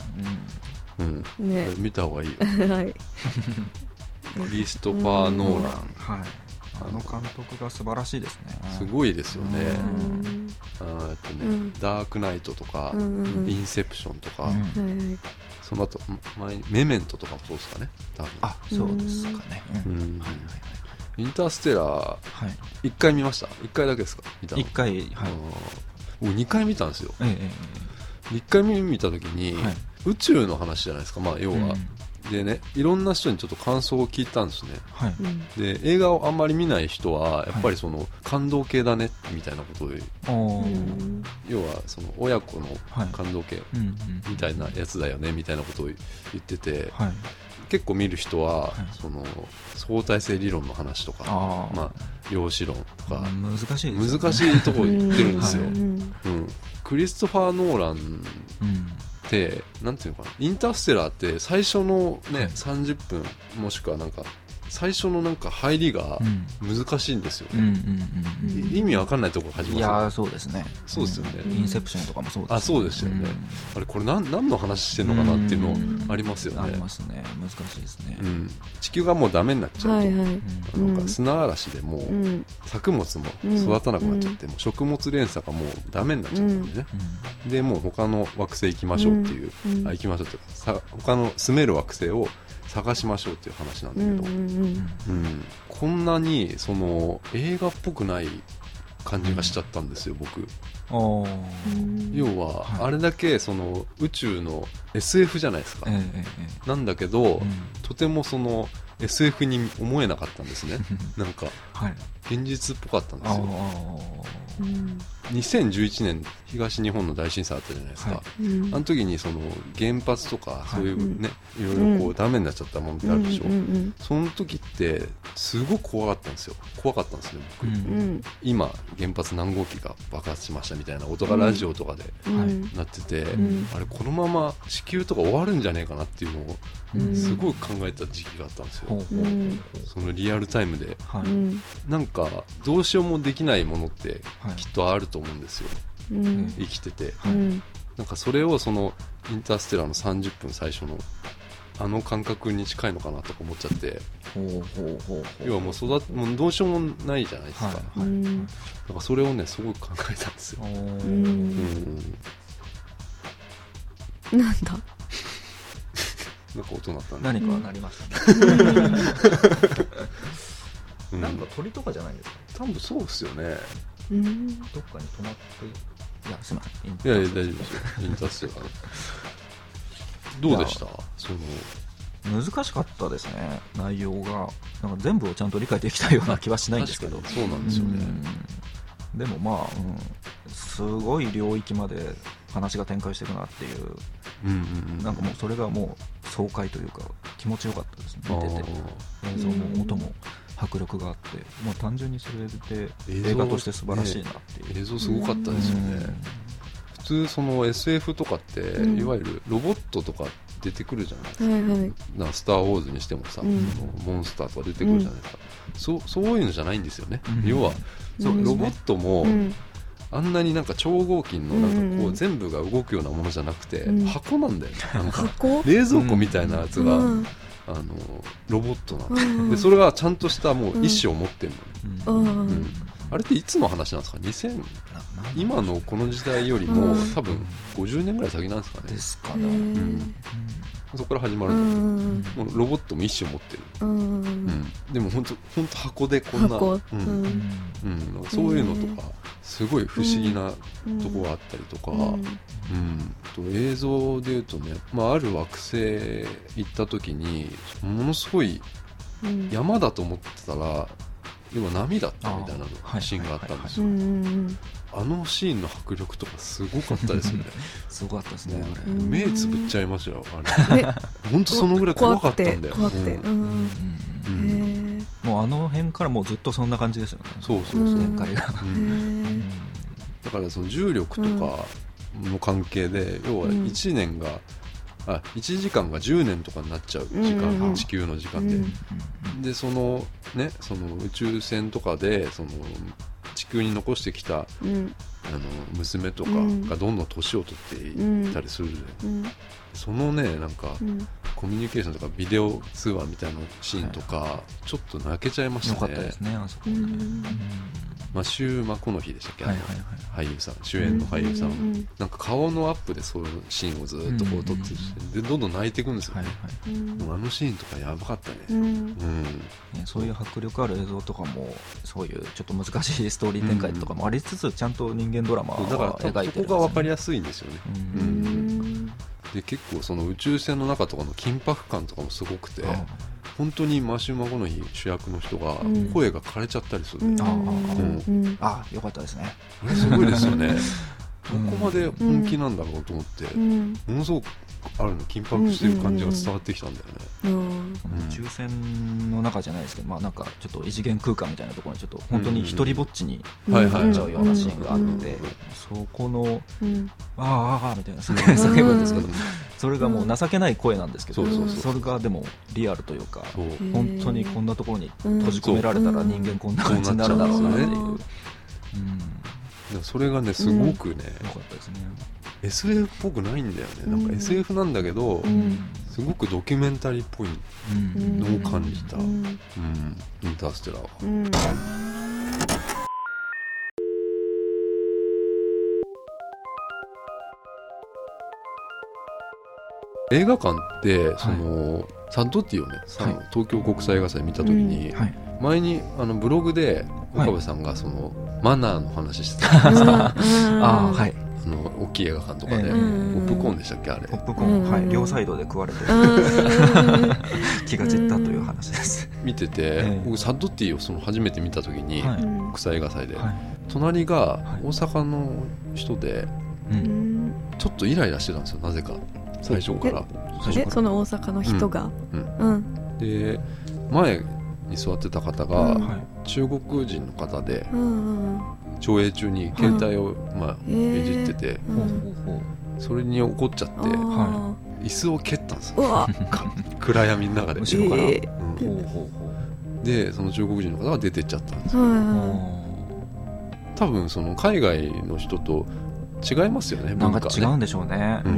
A: うん、
C: ね
A: 見た方がいいよ
C: はい
A: クリストファー・ノーラン
B: うんはいあの監督が素晴らしいですね
A: すごいですよね
B: うん
C: うん
A: あーえっとね、
C: うん
A: ダークナイトとか、
C: うんうんうん
A: インセプションとか、
B: うん
C: はいはい
A: その後ん前にメメントとかもそうですかね多分
B: あそうですかね
A: う
B: うん
A: ん
B: はい
A: インターステラー
B: はいはい
A: 1回見ました1回だけですか見たの
B: 一回はい
A: あー僕2回見たんですよ
B: えええ
A: 1回目見た時に、
B: はい
A: 宇宙の話じゃないですかまあ要
B: え
A: は、
B: うん
A: でねいろんな人にちょっと感想を聞いたんですね
B: はい
C: うん
A: で映画をあんまり見ない人はやっぱりその、感動系だねみたいなことを
B: お
C: う
B: ー
C: ん
A: 要はその親子の
B: はい
A: 感動系
B: うんうん
A: みたいなやつだよねみたいなことを言ってて
B: はい
A: 結構見る人は、
B: はい
A: その相対性理論の話とか
B: あー
A: まあ量子論とか
B: うん難しいですよね
A: 難しいとこ言ってるんですよ、
C: う
B: う
A: うん、クリストファー・ノーラン
B: うん
A: ってなんていうのかなインターステラーって最初のね、
B: はい
A: 30分もしくはなんか最初のなんか入りが
B: うん
A: 難しいんですよ
B: う
A: ね、
B: んうんうん
C: ん
A: 意味わかんないところから
B: う
A: 始
B: ん
A: ま
B: い
A: る
B: やーそうですね
A: そうですよね
B: うんインセプションとかもそうです
A: あそうでしたよねあれこれ何何の話してんのかなっていうのありますよ
B: あ
A: ね
B: りますね難しいですね
A: うん、地球がもうダメになっちゃうと、
C: はいはい
B: うん
A: なんか砂嵐でもう
C: うん
A: 作物も育たなくなっちゃって、もう食物連鎖がもうダメになっちゃったんでね、でもう他の惑星行きましょうっていう、
C: うん
A: あ行きましょうっていうかさ他の住める惑星を探しましょうっていう話なん
C: う
A: だ
C: ん
A: けど、
C: うんうん
A: うんこんなにその映画っぽくない感じがしちゃったんですよ僕
B: おー
C: うん
A: 要は
B: はい
A: あれだけその宇宙の SF じゃないですか、
B: ええええ
A: なんだけど、
B: ええうん
A: とてもその SF に思えなかったんですねなんか
B: はい
A: 現実っぽかったんで
B: あ
A: す
B: ー
A: よ
C: うん
A: 2011年東日本の大震災あったじゃないですか、
B: はい
C: うん
A: あの時にその原発とか
B: い
A: そういうね、い、ろいろこうダメになっちゃったものってあるでしょ、
C: うん
A: その時ってすごく怖かったんですよ怖かったんですね僕、
B: うん
C: うんうん
A: 今原発何号機が爆発しましたみたいな音がラジオとかで
C: うん
B: はい
C: うん
A: なってて、
C: ん
A: あれこのまま地球とか終わるんじゃねえかなっていうのを
C: うん
A: すごい考えた時期があったんですよ、
B: ほうほうほう
C: うん
A: そのリアルタイムで
B: はい
C: うん
A: なんかどうしようもできないものって
B: はい
A: きっとあると思うんですよ
C: うん
A: 生きてて
B: はい
C: うん
A: なんかそれをそのインターステラーの30分最初のあの感覚に近いのかなとか思っちゃって
B: ほうほうほうほう
A: 要はもう育てもうどうしようもないじゃないですか、
B: はい
A: な
B: はい
C: うん
A: んかそれをねすごく考えたんですよ
B: お、ー
C: うん
A: うん、
C: なんだ
A: なんか音鳴ったね、
B: 何かなりましたね
A: うん、
B: なんか鳥とかじゃないですか
A: 多分そうですよね
C: うん
B: どっかに止まっていやすいません
A: いやいや大丈夫ですよインターステラーねどうでしたその
B: 難しかったですね内容がなんか全部をちゃんと理解できたような気はしないんですけど
A: 確かにそうなんですよね、
B: うんでもまあ、うん、すごい領域まで話が展開していくなっていう
A: うんうんうん
B: なんかもうそれがもう爽快というか気持ちよかったですね見てて
A: あ
B: 映像も音も迫力があってもう単純にそれで
A: 映像
B: 映画として素晴らしいなっていう、
A: 映像すごかったですよね、普通その SF とかって、
C: うん
A: いわゆるロボットとか出てくるじゃないですか
C: はいはい
A: なスター・ウォーズにしてもさ、
C: うん
A: そのモンスターとか出てくるじゃないですか、そうそういうのじゃないんですよね、
B: うん
A: 要は
C: そうですね
A: ロボットも
C: うん
A: あんなになんか超合金のなんか
C: うん
A: こ
C: う
A: うん全部が動くようなものじゃなくて、
C: うん
A: 箱なんだ よねなんか
C: 箱
A: 冷蔵庫みたいなやつが、
C: うん
A: あのロボットなんで,、
C: うん
A: でそれがちゃんとしたもう意思を持ってるのね、
B: う
C: うん
B: ん
C: うん
A: うんあれっていつの話なんですか2000
B: ななん
A: 今のこの時代よりも
C: うん
A: 多分50年ぐらい先なんですかね
B: ですか
C: へ
B: ね、うん
C: ー
A: そこから始ま
C: う
A: るんだ
C: んうん
A: けどもうロボットも意思を持ってる、
C: うん
A: でも本当本当箱でこんな
C: 箱
A: うん
C: うん
A: うんなんかそういうのとかすごい不思議なとこがあったりとか、うん
C: うん
A: と映像でいうとね、まあ、ある惑星行った時にものすごい
C: うん
A: 山だと思ってたら要は波だったみたいな
B: あーはい
A: シーンがあったんです
C: う
A: よ
C: んうん
A: あのシーンの迫力とかすごかったですよね
B: すごかったですね
A: ね
B: あれ、
C: うん
A: 目つぶっちゃいましたよあ
C: うんえ
A: れ本当 そのぐらい怖かったんだよ
C: 怖くて怖くて
A: うん
C: うん
A: う
C: へ
A: ん
C: ー
B: もうあの辺からもうずっとそんな感じですよね
A: そうそうそう、
C: うん
B: 展開が、
A: うん
C: へ
A: だからその重力とかの関係で、要は
C: うん
A: 1年が、あ1時間が10年とかになっちゃう時間、
C: うんうんうん
A: 地球の時間で、
C: うん
A: でそのねその宇宙船とかでその地球に残してきた
C: ーうん
A: あの娘とか
C: うん
A: がどんどん年を取っていったりする、
C: うん
A: そのねなんか
C: うん
A: コミュニケーションとかビデオ通話みたいなシーンとか、ちょっと泣けちゃいまし
B: よ
A: た
B: かっ
A: ね
B: たですねあそこ
C: う
B: ね、
C: ん
A: うまあ、週真子の日でしたっけ、
B: はいはいはい
A: 俳優さん主演の俳優さん、なんか顔のアップでそういうシーンをずっとこう撮ってて、でどんどん泣いていくんですよ
B: はい
A: ね、
B: はい
C: うん
A: もうあのシーンとかやばかったね
C: うんうん
A: うん、
B: ねそういう迫力ある映像とかもそういうちょっと難しいストーリー展開とかもありつつちゃんと人間ドラマ
A: だ
B: は
A: か
B: 描いてる
A: らそこが分かりやすいんですよね
B: うん
A: う
C: うんん
A: で結構その宇宙船の中とかの緊迫感とかもすごくて
B: あ
A: 本当にマシュマゴの日主役の人が
C: うん
A: 声が枯れちゃったりするね、
B: あ
C: うんうん
B: あよかったですね
A: これすごいですよね
B: う
A: ど
B: ん
A: こまで本気なんだろうと思って、
C: うん
A: ものすごくあるの緊迫してる感じが伝わってきたんだよね、
C: うん
A: うん
B: 宇宙船の中じゃないですけど、まあ、なんかちょっと異次元空間みたいなところにちょっと本当に一りぼっちに
A: はいはい
B: なっちゃうようなシーンがあ
C: うんうん
B: っ
A: う
B: て
A: ん
B: そこの
C: うん
B: 「あーあーあー」みたいな叫ぶんですけど それがもう情けない声なんですけど
A: そう
C: そう
A: そう
B: それがでもリアルというか
A: そう
C: うん
B: 本当にこんなところに閉じ込められたら
C: うん
B: 人間こんな感じになるだろうなっていう。
A: そううなっ
B: ん
A: だからそれがねすごくね、
B: よかったですね。
A: SF っぽくないんだよね、
C: うん
A: なんか SF なんだけど、
C: うん
A: すごくドキュメンタリーっぽい、
B: うん
C: うん
A: のを感じた
C: うん
A: うん、インターステラーは
C: うん
A: 映画館ってその、サントッティをね、その
B: は
A: 東京国際映画祭見た時に、
B: はい、
A: 前にあのブログで
B: はい
A: 岡部さんがその、マナーの話してたあ
B: ああはい
A: の大きい映画館とかで、
B: ええ
A: ポップコーンでしたっけあれ
B: ポップコーン、
C: うん
B: はい、両サイドで食われて気が散ったという話です。
A: 見てて、
B: ええ
A: 僕サントッティをその初めて見た時に、
B: はい
A: 国際映画祭で、
B: は
A: 隣が
B: はい
A: 大阪の人で
B: い、う
C: うんん
A: ちょっとイライラしてたんですよなぜか最初から
B: 最初
C: え
B: か
C: その大阪の人が
A: う
C: うん
A: で前に座ってた方が、
C: う
B: ら
C: ん
B: はい
A: 中国人の方で
C: うん
A: 上映中に携帯を、まあ、
C: え
A: い
C: ー
A: じってて
B: ほ
C: う
B: うんほうほう
A: それに怒っちゃって
C: あ
A: 椅子を蹴ったんです
C: ーう
A: よ
C: わ
A: 暗闇の中で、
B: 後ろから、
C: え
A: う
B: ほ
A: ん
B: うほうほ
A: でその中国人の方が出てっちゃったんです
C: う
A: よ
C: ん
B: う
A: 多分その海外の人と違いますよね
B: な
A: 文
B: ん
A: 化
B: か
A: ね
B: 違うんでしょうね
A: う。
B: うん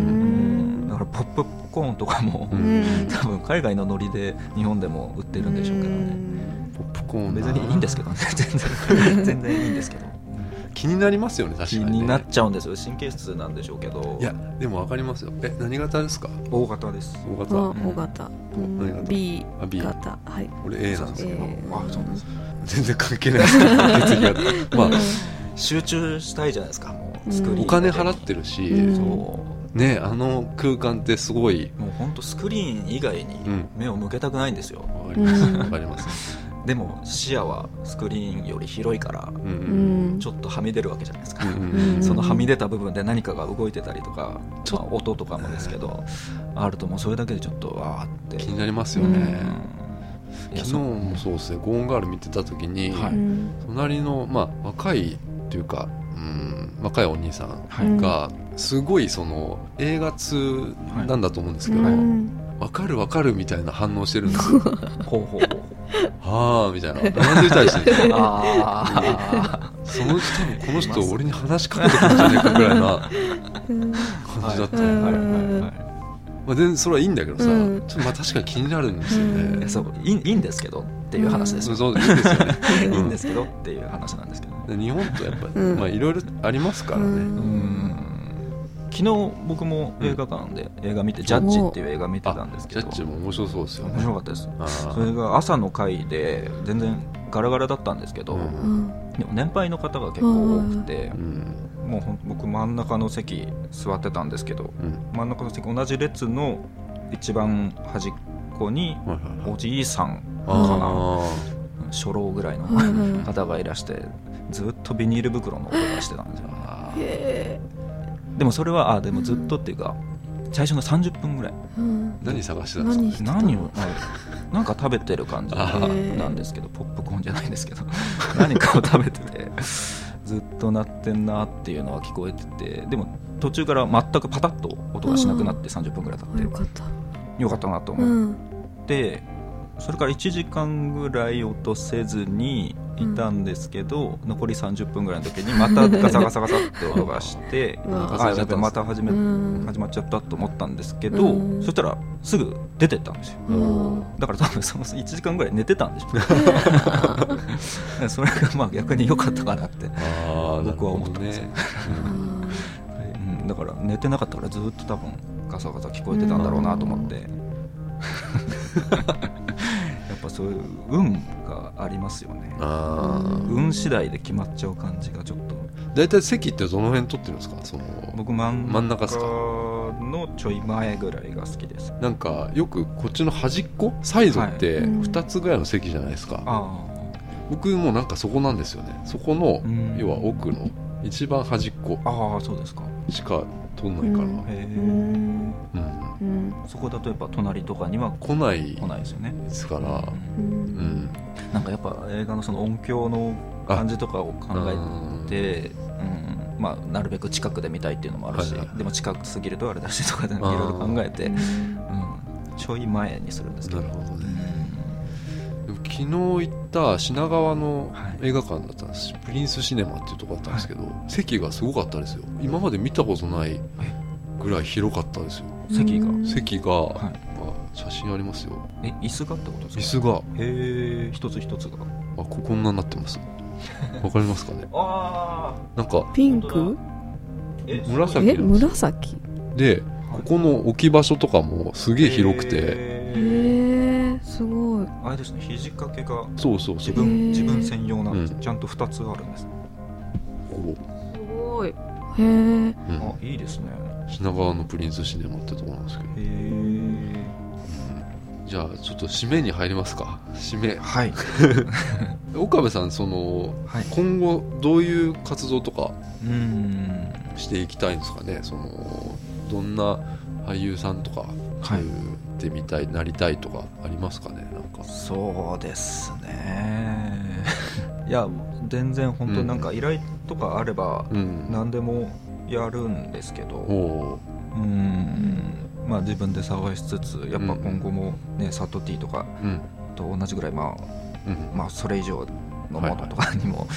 B: ん、だからポップコーンとかも、
A: うん
B: 多分海外のノリで日本でも売ってるんでしょうけどね。
A: ポップコーン
B: 別
A: な
B: にいいんですけ どね全然全然いいんです けど
A: 気になりますよね確
B: 気
A: かに、ね、
B: になっちゃうんですよ神経質なんでしょうけど
A: いやでも分かりますよえ何型ですか
B: 大型です
A: 大
C: あ
A: 型
C: 大型う
A: 何型
C: ん B
A: あ B
C: 型はい
A: 俺 A なんですけど、
C: えー
B: あそうなんです
A: 全然関係ないですけど血液型まあ
B: 集中したいじゃないですかもうスクリーン
A: お金払ってるし、
C: うん
B: そう
A: ねあの空間ってすごい
B: もう本当スクリーン以
A: う
B: 外に
A: ん
B: 目を向けたくないんですよ、
A: わかります
C: うん
A: わかります
B: でも視野はスクリーンより広いから
A: うんう
C: うんん
B: ちょっとはみ出るわけじゃないですか、
A: うんうん
C: うん
B: そのはみ出た部分で何かが動いてたりとか、
A: ちょ
B: まあ、音とかもですけどあるともうそれだけでちょっとわーって
A: 気になりますよね、
B: うんい
A: 昨
B: や
A: 日
B: そう
A: もそうですねゴーンガール見てた時に、
B: は
C: う
B: い
C: ん
A: 隣の、まあ、若いっていうかうん若いお兄さん
B: はい、
C: うん
A: がすごいその映画通なんだと思うんですけど、
B: は
A: わ
B: い
A: かるわかるみたいな反応してるんですよ
B: ほう ほうほうほ
A: ああみたいななんでいたりしてるんです
B: う
A: よ
B: あ
A: そのうち多分この人俺に話しかけてくるんじゃねえかぐらいな
C: うん
A: 感じだった
B: あ
A: よ、
C: うん
B: はいはいは
A: まあ、全然それはいいんだけどさ、
C: うん
A: ちょっとまあ確かに気になるんですよ
B: いい
A: ね
B: や。そういいいいんですけどっていう話です
A: そう
B: よ、
A: そういいですよね
B: いいん
A: ん
B: ですけどっていう話なんですけどね、
A: で日本とやっぱり、
C: うん
A: まあいろいろありますからね。
C: うん
B: うーん昨日僕も映画館で映画見て、ジャッジっていう映画見てたんですけ
A: ジャ
B: ど
A: ッジも面白そうですよ
B: 面
A: ね。
B: 白かったです
A: あ
B: それが朝の回で全然ガラガラだったんですけど、
A: うん
C: うん
B: でも年配の方が結構多くて
A: ー、うん
B: もうほん僕真ん中の席座ってたんですけど
A: うん
B: 真ん中の席同じ列の一番端っこに
A: はいはいはい
B: おじいさん
A: あ
B: 初老ぐらいの
C: うん
B: 方がいらしてずっとビニール袋の音がしてたんですよ
A: あ
C: へ
B: でもそれはあでもずっとっていうか最初の30分ぐらい
C: ーうん
A: 何探してたんですか
C: 何してたの
B: 何をあなんか食べてる感じ
A: あ
C: ー
B: なんですけどポップコーンじゃないんですけ ど何かを食べててずっと鳴ってんなっていうのは聞こえててでも途中から全くパタッと音がしなくなって30分ぐらい経
C: あよ
B: っ
C: かった
B: てよかったなと
C: う
B: 思っ
C: ん
B: てそれから1時間ぐらい音せずにいたんですけど、残り30分ぐらいの時にまたガサガサガサって音がして
C: うわ
A: あ
B: あやべまた始め
C: うん
B: 始まっちゃったと思ったんですけど
C: うん
B: そしたらすぐ出てったんですよ
A: う
C: うん
B: だから多分その1時間ぐらい寝てたんでしょう それがまあ逆に良かったかなって、
A: あー
B: 僕は思ったん
A: な
B: で
A: る
B: す
A: ほ
B: よ
A: どね
B: うん、だから寝てなかったからずっと多分ガサガサ聞こえてたんだろうなと思っ て、やっぱそういう運がありますよね
A: あー
B: 運次第で決まっちゃう感じがちょっと
A: 大体席ってどの辺取ってるんですかその
B: 僕真ん
A: 真ん中っすか
B: のちょい前ぐらいが好きです
A: なんかよくこっちの端っこサイドって
C: はいうん
A: 2つぐらいの席じゃないですか、
B: あ
A: 僕もなんかそこなんですよねそこの
B: あ、うん
A: 要は奥の一番端っこ
B: ああそうですか
A: しか取んないから、
C: うん
B: へ
C: う
B: え
C: ん
A: うん
C: うん
B: そこだとやっぱ隣とかには
A: 来ない
B: 来ないですよね
A: ですから
C: う
A: うんん
B: なんかやっぱ映画のその音響の感じとかを考えて、うんまあ、なるべく近くで見たいっていうのもあるし、
A: はいはい
B: でも近くすぎるとあれだしとかでい
A: あー
B: ろいろ考えて、うん、ちょい前にするんですけど
A: なるほどね
B: うん
A: でも昨日行った品川の
B: はい
A: 映画館だったんです、プリンスシネマっていうとこだったんですけど、席がすごかったですよ今まで見たことないぐらい広かったですよ
B: 席が
C: うん
A: 席が、
B: は
A: あ写真ありますよ
B: え椅子がってことで
A: 椅
B: すか
A: 子が
B: へえ一つ一つが
A: あここんなになってますわかりますかね
B: ああ
A: なんか
C: ピンク
B: え
A: 紫
C: え紫
A: でここの置き場所とかもすげえ広くて
C: え
B: て
C: ー、すごい
B: あれですね肘掛けが
A: そうそうそ
B: 自
A: う
C: へー
B: 分自分専用なんです、
A: うん
B: ちゃんと2つあるんです、
A: こ
C: すごいへえ
A: こ、うん
B: あいいですね
A: 品川のプリンスシネマってとこなんですけど
B: へえ
A: じゃあちょっと締めに入りますか締め
B: はい
A: 岡部さんその
B: はい
A: 今後どういう活動とか
B: うん
A: していきたいんですかねそのどんな俳優さんとか
B: はい
A: そういうってみたいなりたいとかありますかねなんか
B: そうですねいや全然本当になんか依頼とかあれば
A: うん
B: 何でもやるんですけ
A: お
B: ど
A: お
B: うんまあ自分で探しつつやっぱ今後もねサトティとか
A: ーうん
B: と同じぐらいま
A: うん
B: あまあそれ以上のものとかにも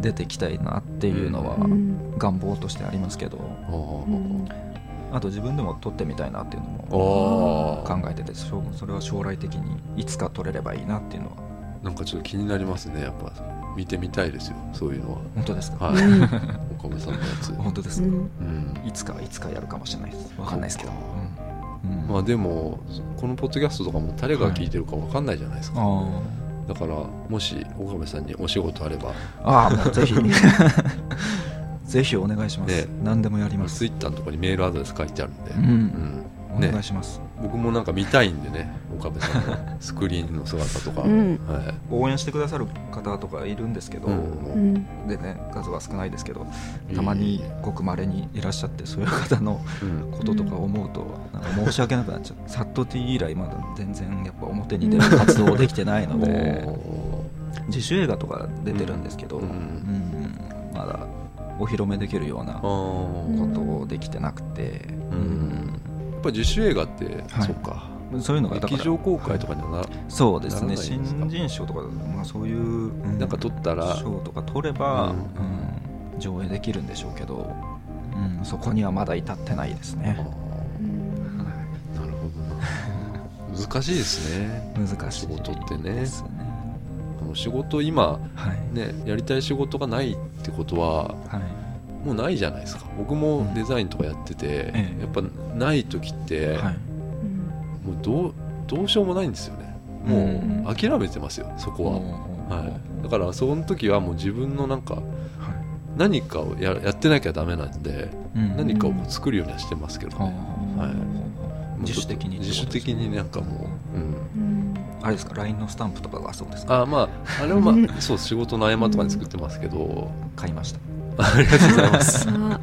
B: 出てきたいなっていうのは
C: うん
B: 願望としてありますけど
A: あー
C: うん
B: あと自分でも撮ってみたいなっていうの
A: あ
B: も
A: ー
B: 考えててそうそれは将来的にいつか撮れればいいなっていうのは
A: なんかちょっと気になりますねやっぱ見てみたいですよそういうのは
B: 本当ですか
A: はい
C: うん
A: 岡部さんのやつ
B: 本当です
C: う
B: か
C: ん
A: うん
B: いつかいつかやるかもしれないですわかんないですけど
A: そ
B: うんうん
A: まあでもこのポッドキャストとかも誰が聞いてるかわかんないじゃないですか、
B: あ
A: だからもし岡部さんにお仕事あれば
B: ーあーもう ぜひぜひお願いしま
A: ね
B: す、何でもやります
A: ツイッターのとこにメールアドレス書いてあるんで、
B: う、
A: うんん
B: お願いします、
A: 僕もなんか見たいんでね岡部さんのスクリーンの姿とか、
C: うん
A: はい
B: 応援してくださる方とかいるんですけど、
A: うん
C: うん
B: でね数は少ないですけどたまにごくまれにいらっしゃってそういう方の
A: うん
B: こととか思うとなんか申し訳なくなっ ちゃうサット T 以来まだ全然やっぱ表に出る活動できてないの
A: お
B: で
A: ー
B: 自主映画とか出てるんですけど、
A: うん
B: うんまだお披露目できるような
A: あー
C: うん
B: ことできてなくて、
A: んやっぱ自主映画って、
B: はい
A: そっか
B: うんそういうのがだか
A: 劇
B: ら
A: 場公開とかにはな,、
B: そうです
A: な
B: ね
A: らないです
B: 新
A: か
B: 人賞とか、まあ、そういう、う
A: なんか撮ったら
B: 賞とか取れば、
A: うん
B: うん上映できるんでしょうけど、うん、そこにはまだ至ってないです
A: あ
B: ね、
A: ー
C: うん
A: なるほ どな難しいですね
B: 難しい
A: 仕事ってね
B: ですね
A: あの仕事今
B: はい、
A: ねやりたい仕事がないってことは
B: はい、
A: もうないじゃないですか僕もデザインとかやってて、
B: ええ
A: やっぱない時って、
B: はい
A: もうどうどうしようもないんですよねも
B: ん
A: う諦めてますよそこは、
B: は
A: はい、だからその時はもう自分のなんか何かをややってなきゃダメなんで
B: うん
A: 何かを作るようにはしてますけど
B: は
A: ね、
B: あ
A: はい
B: はあ
A: もう
B: 自
A: ちょ
B: 主
A: っと
B: 的にって
A: 自
B: こと
A: 主
B: です
A: 的
B: ね
A: になんかもう、うん、
C: うん
B: あれですか LINE のスタンプとかがそうですか
A: あまああれはま あそう仕事の合間とかに作ってますけど
B: 買いました
A: ありがとうございます
C: あ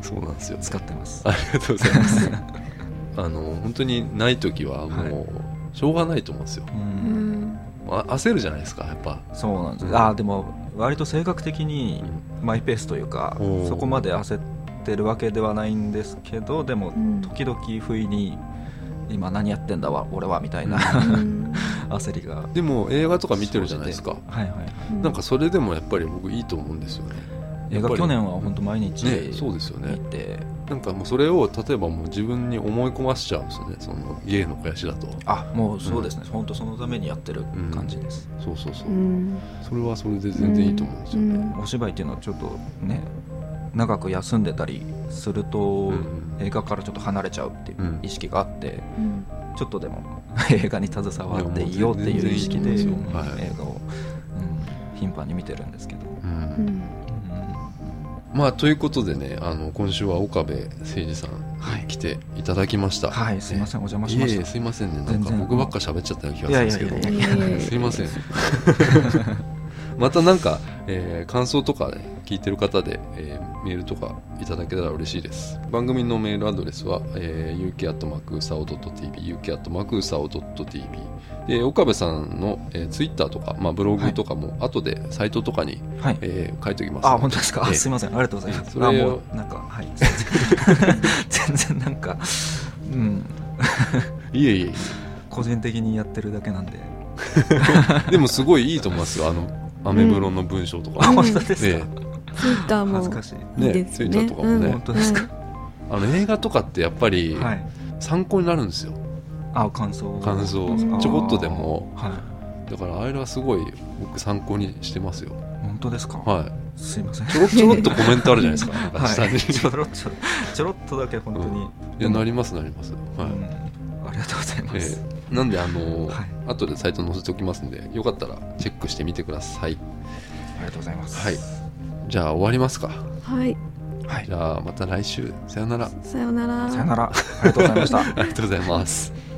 A: そうなんですよ
B: 使ってます
A: ありがとうございます あの本当にない時はもうしょうがないと思うんですよ
B: う
C: うんん
A: あ焦るじゃないですかやっぱ
B: そうなんで
A: うん
B: すあーでも割と性格的にマイペースというか
A: おー
B: そこまで焦ってるわけではないんですけどでも
C: うん
B: 時々不意に今何やってんだわ俺はみたいな
C: うん
B: 焦りが
A: でも映画とか見てるじゃないですか
B: はいはいはい
A: なんかそれでもやっぱり僕いいと思うんですよね
B: 映
A: やっぱ
B: 画
A: り
B: 去年は本当毎日
A: ねそう
B: 見
A: ですよね
B: て
A: なんかもうそれを例えばもう自分に思い込ませちゃうんですよねその芸の肥やしだと
B: あもうそうですね本当そのためにやってる感じです
A: そうそうそううんそれはそれで全然いいと思うんですよ
C: う
A: ね
C: ん
B: お芝居っていうのはちょっとね長く休んでたりすると
A: うん
B: 映画からちょっと離れちゃうっていう意識があって
C: うん
B: ちょっとでも映画に携わっていようっていう意識で
A: いや
B: 映
A: もう全然いいと思いますよはい
B: 画をうん頻繁に見てるんですけど
A: う
C: うんん
A: まあということでねあの今週は岡部誠二さん
B: はい
A: 来ていただきました
B: はいすいませんお邪魔し
A: い
B: ま
A: え
B: し
A: い
B: た
A: えすいませんねなん
B: 全
A: か
B: 然
A: 僕ばっか喋っちゃったような気がするんですけど
B: いやいやいやいや
A: すいま せんまたなんか、えー感想とか、ね、聞いてる方で、えーメールとかいただけたら嬉しいです番組のメールアドレスは、えー、uk.makusao.tv uk.makusao.tv で岡部さんの、えー、ツイッターとか、まあ、ブログとかも後でサイトとかに、
B: はい
A: えー書いておきます
B: あ、本当ですか。
A: ええ
B: あすみません、ありがとうございます。
A: それを
B: あもうなんかはい。 全然なんか、うん、
A: いえいえ
B: 個人的にやってるだけなんで。
A: でもすごいいいと思いますよあのアメブロの文章と
B: あ、
A: か、
C: うん
B: 本当です
A: え
B: か。
C: ツイッターも
B: 恥ずかしい。
A: えね
C: いいです
A: ツ
C: ね
A: イッターとかもね、
C: うん
B: 本当ですか。
A: あの映画とかってやっぱり
B: はい。
A: 参考になるんですよ、
B: あ、感想。
A: 感想
C: うん
A: ちょこっとでも
B: あーはい。
A: だからあれはすごい僕参考にしてますよ
B: 本当ですか。
A: はい
B: い。すみません。
A: ちょろちょろっとコメントあるじゃないですかなんか下
B: はい。
A: に
B: ちょろっとちょろっとだけ本当に。
A: いやなりますなりますはい、
B: うんありがとうございま
A: え
B: す。
A: えなんであの
B: はい
A: 後でサイト載せておきますんでよかったらチェックしてみてください
B: ありがとうございます。
A: はいじゃあ終わりますか
C: はい
B: はい
A: じ。ゃあまた来週さよなら
C: さようなら
B: さよなら。ありがとうございました。
A: ありがとうございます